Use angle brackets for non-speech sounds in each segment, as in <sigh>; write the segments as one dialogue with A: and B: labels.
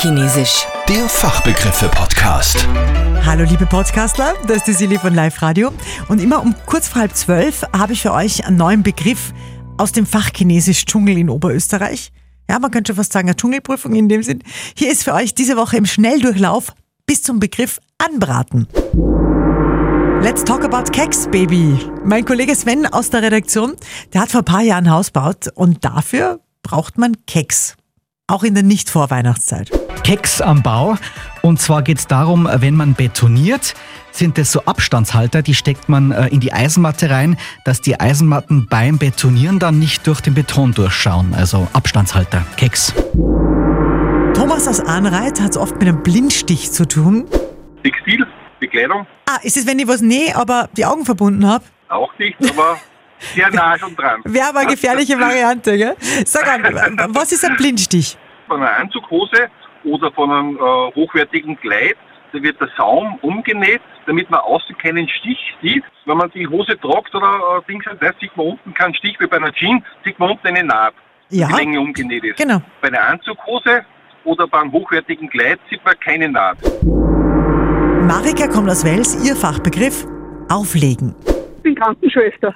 A: Chinesisch.
B: Der Fachbegriffe-Podcast.
C: Hallo liebe Podcastler, das ist die Silly von Live Radio. Und immer um kurz vor halb zwölf habe ich für euch einen neuen Begriff aus dem Fachchinesisch-Dschungel in Oberösterreich. Ja, man könnte schon fast sagen, eine Dschungelprüfung in dem Sinn. Hier ist für euch diese Woche im Schnelldurchlauf bis zum Begriff anbraten. Let's talk about Keks, Baby. Mein Kollege Sven aus der Redaktion, der hat vor ein paar Jahren ein Haus gebaut und dafür braucht man Keks. Auch in der Nicht-Vorweihnachtszeit.
D: Keks am Bau. Und zwar geht es darum, wenn man betoniert, sind das so Abstandshalter, die steckt man äh, in die Eisenmatte rein, dass die Eisenmatten beim Betonieren dann nicht durch den Beton durchschauen. Also Abstandshalter, Keks.
C: Thomas aus Anreit hat es oft mit einem Blindstich zu tun.
E: Textil, Bekleidung,
C: Ah, ist es, wenn ich was nähe, aber die Augen verbunden habe?
E: auch nicht, aber
C: <laughs>
E: sehr nah schon dran. Also
C: Wäre aber eine gefährliche Variante, gell? Sag an, was ist ein Blindstich?
E: Von einer Anzughose oder von einem äh, hochwertigen Kleid, da wird der Saum umgenäht, damit man außen keinen Stich sieht. Wenn man die Hose tragt oder äh, Dings hat, weiß, sieht man unten keinen Stich, wie bei einer Jeans, sieht man unten eine Naht,
C: Ja,
E: die Länge umgenäht ist.
C: genau.
E: Bei einer Anzughose oder beim hochwertigen Kleid sieht man keine Naht.
C: Marika kommt aus Wels, ihr Fachbegriff, auflegen.
F: Ich bin Krankenschwester.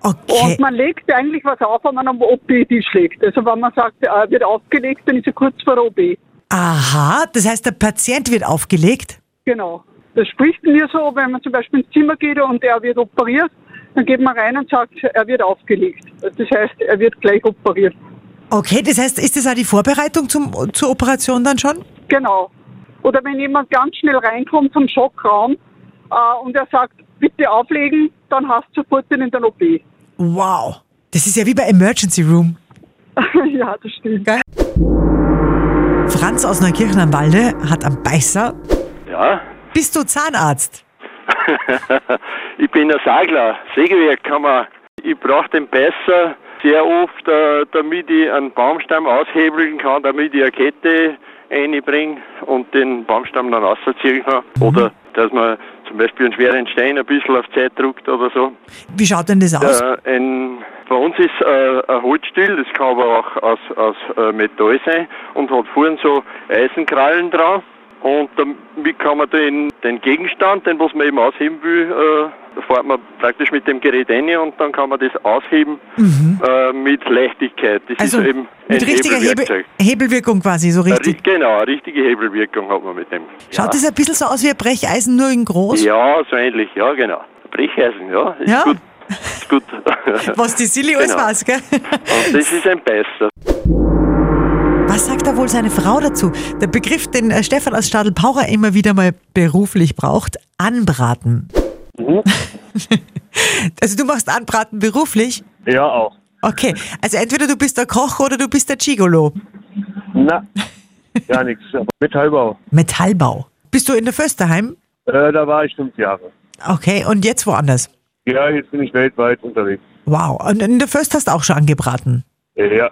F: Und
C: Okay,
F: man legt eigentlich was auf, wenn man am OP-Tisch legt. Also wenn man sagt, äh, wird aufgelegt, dann ist er kurz vor OP.
C: aha, das heißt, der Patient wird aufgelegt.
F: Genau. Das spricht mir so, wenn man zum Beispiel ins Zimmer geht und er wird operiert, dann geht man rein und sagt, er wird aufgelegt. Das heißt, er wird gleich operiert.
C: Okay, das heißt, ist das auch die Vorbereitung zum, zur Operation dann schon?
F: Genau. Oder wenn jemand ganz schnell reinkommt vom Schockraum äh, und er sagt, bitte auflegen, dann hast du sofort den in den OP.
C: Wow, das ist ja wie bei Emergency Room.
F: <laughs> ja, das stimmt.
C: Franz aus Neukirchen am Walde hat am Beißer.
G: Ja, <laughs>
C: Bist du Zahnarzt?
G: ich bin ein Sagler, Sägewerkkammer. Ich brauche den Besser sehr oft, äh, damit ich einen Baumstamm aushebeln kann, damit ich eine Kette einbringe und den Baumstamm dann rausziehen kann. Oder dass man zum Beispiel einen schweren Stein ein bisschen auf Zeit drückt oder so.
C: Wie schaut denn das aus?
G: Äh, ein, bei uns ist äh, ein Holzstiel, das kann aber auch aus, aus äh, Metall sein und hat vorne so Eisenkrallen dran. Und damit kann man den, den Gegenstand, den was man eben ausheben will, äh, fährt man praktisch mit dem Gerät rein und dann kann man das ausheben äh, mit Leichtigkeit. Das
C: Mhm. Also
G: ist eben ein
C: mit richtiger Hebel
G: Hebelwerkzeug.
C: Hebelwirkung quasi, so richtig.
G: Ri- Genau, eine richtige Hebelwirkung hat man mit dem.
C: Schaut
G: ja.
C: das ein bisschen so aus wie ein Brecheisen, nur in groß?
G: ja, so ähnlich, ja genau. Brecheisen, ja, ist
C: Ja.
G: gut. Ist gut.
C: <laughs> Was die Silly alles
G: Genau.
C: weiß, gell? <laughs>
G: Und das ist ein Beißer.
C: Was sagt da wohl seine Frau dazu? Der Begriff, den äh, Stefan aus Stadelpaucher immer wieder mal beruflich braucht, anbraten.
G: Mhm.
C: <laughs> also du machst anbraten beruflich?
H: Ja, auch.
C: Okay, also entweder du bist der Koch oder du bist der Gigolo.
H: Na, gar nichts. Aber Metallbau.
C: Metallbau. Bist du in der Fösterheim?
H: Äh, da war ich fünf Jahre.
C: Okay, und jetzt woanders?
H: Ja, jetzt bin ich weltweit unterwegs.
C: Wow, und in der Föst hast du auch schon angebraten.
H: Äh, Ja.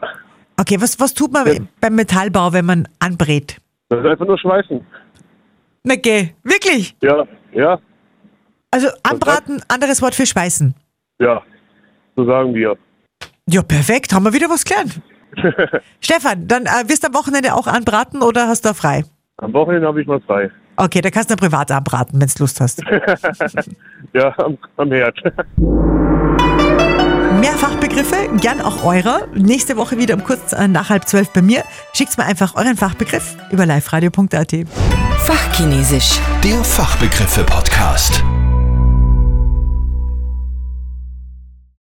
C: Okay, was, was tut man
H: Ja.
C: beim Metallbau, wenn man anbrät?
H: Das ist einfach nur schweißen.
C: Na geh, wirklich?
H: Ja, ja,
C: Also anbraten, anderes Wort für schweißen.
H: ja. So sagen wir. <laughs>
C: Ja, perfekt, haben wir wieder was gelernt. Stefan, dann äh, wirst du am Wochenende auch anbraten oder hast du da frei?
H: Am Wochenende habe ich mal frei. <laughs>
C: Okay, da kannst du dann privat anbraten, wenn du Lust hast.
H: Ja, am, am Herd.
C: Mehr Fachbegriffe, gern auch eure. Nächste Woche wieder um kurz äh, nach halb zwölf bei mir. Schickt mir einfach euren Fachbegriff über liveradio.at.
A: Fachchinesisch.
B: Der Fachbegriffe-Podcast.